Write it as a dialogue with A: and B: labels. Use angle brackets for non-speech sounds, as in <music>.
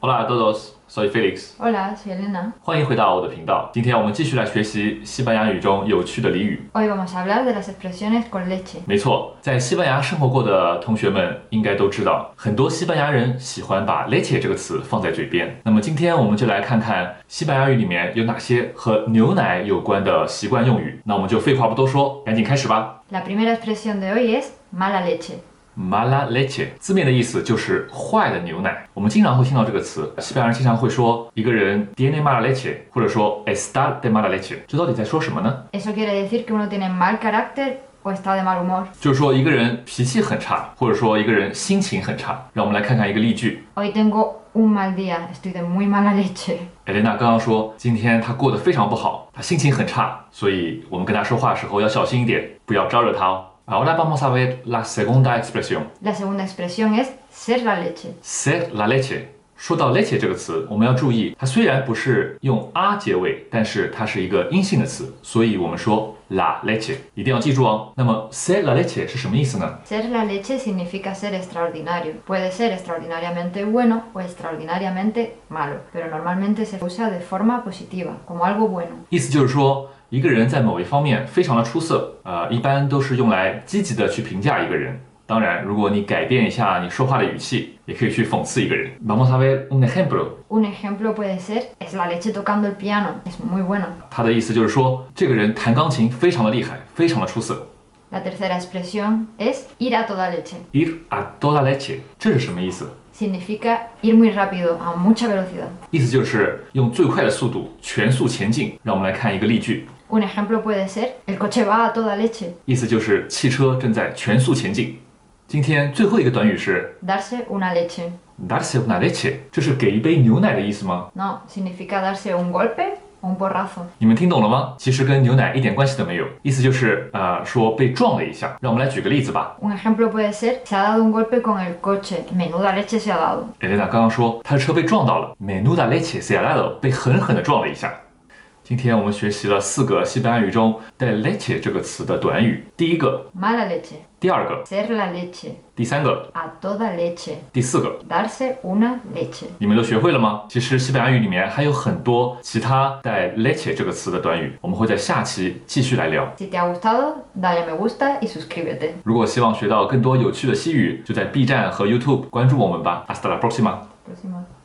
A: Hola a todos, soy Felix，
B: Hola, soy Elena.
A: 欢迎回到我的频道。今天我们继续来学习西班牙语中有趣的俚语。
B: Hoy vamos a hablar de las expresiones con leche.
A: 没错，在西班牙生活过的同学们应该都知道，很多西班牙人喜欢把 leche 这个词放在嘴边。那么今天我们就来看看西班牙语里面有哪些和牛奶有关的习惯用语。那我们就废话不多说，赶紧开始吧。
B: La primera expresión de hoy es mala leche.
A: Mala leche 字面的意思就是坏的牛奶。我们经常会听到这个词，西班牙人经常会说一个人 tiene mala leche，或者说 está de mala leche。这到底在说什么呢？
B: Eso quiere decir que uno tiene mal carácter o está de mal humor.
A: 就是说一个人脾气很差，或者说一个人心情很差。让我们来看看一个例句。
B: Hoy tengo un mal día, estoy de muy mala <laughs> leche.
A: 艾琳娜刚刚说，今天她过得非常不好，她心情很差，所以我们跟她说话的时候要小心一点，不要招惹她哦。Ahora vamos a ver la segunda expresión,
B: La segunda expresión es ser la leche.
A: ser la leche。说到 leche 这个词，我们要注意，它虽然不是用啊结尾，但是它是一个阴性的词，所以我们说 la leche，一定要记住哦。那么 ser la leche 是什么意思呢？
B: Ser la leche significa ser extraordinario. Puede ser extraordinariamente bueno o extraordinariamente malo, pero normalmente se usa de forma positiva, como algo bueno.
A: 意思就是说，一个人在某一方面非常的出色，呃，一般都是用来积极的去评价一个人。当然，如果你改变一下你说话的语气，也可以去讽刺一个人。Vamos a ver un ejemplo。
B: Un ejemplo puede ser es la leche tocando el piano. Es muy bueno.
A: 它的意思就是说，这个人弹钢琴非常的厉害，非常的出色。
B: La tercera expresión es ir a toda leche.
A: Ir a toda leche，这是什么意思？
B: Significa ir muy rápido, a mucha velocidad.
A: 意思就是用最快的速度全速前进。让我们来看一个例句，
B: Un ejemplo puede ser el coche va a toda leche.
A: 意思就是汽车正在全速前进。今天最后一个短语是
B: Darse una leche.
A: darse una leche，这是给一杯牛奶的意思吗？
B: No, significa darse un golpe o un porrazo.
A: 你们听懂了吗？其实跟牛奶一点关系都没有，意思就是呃说被撞了一下。让我们来举个例子吧。
B: Un ejemplo puede ser se ha dado un golpe con el coche. Menuda leche se ha dado.
A: 艾琳娜刚刚说她的车被撞到了，menuda leche se ha dado，被狠狠地撞了一下。今天我们学习了四个西班牙语中带 leche 这个词的短语，第一个、
B: Mala leche.
A: 第二个、
B: Ser la leche.
A: 第三个、
B: A toda leche.
A: 第四个，
B: Darse una leche.
A: 你们都学会了吗？其实西班牙语里面还有很多其他带 leche 这个词的短语，我们会在下期继续来聊。
B: Si te ha gustado, dale a me gusta y suscríbete.
A: 如果希望学到更多有趣的西语，就在 B 站和 YouTube 关注我们吧。Hasta la próxima。
B: Próximo.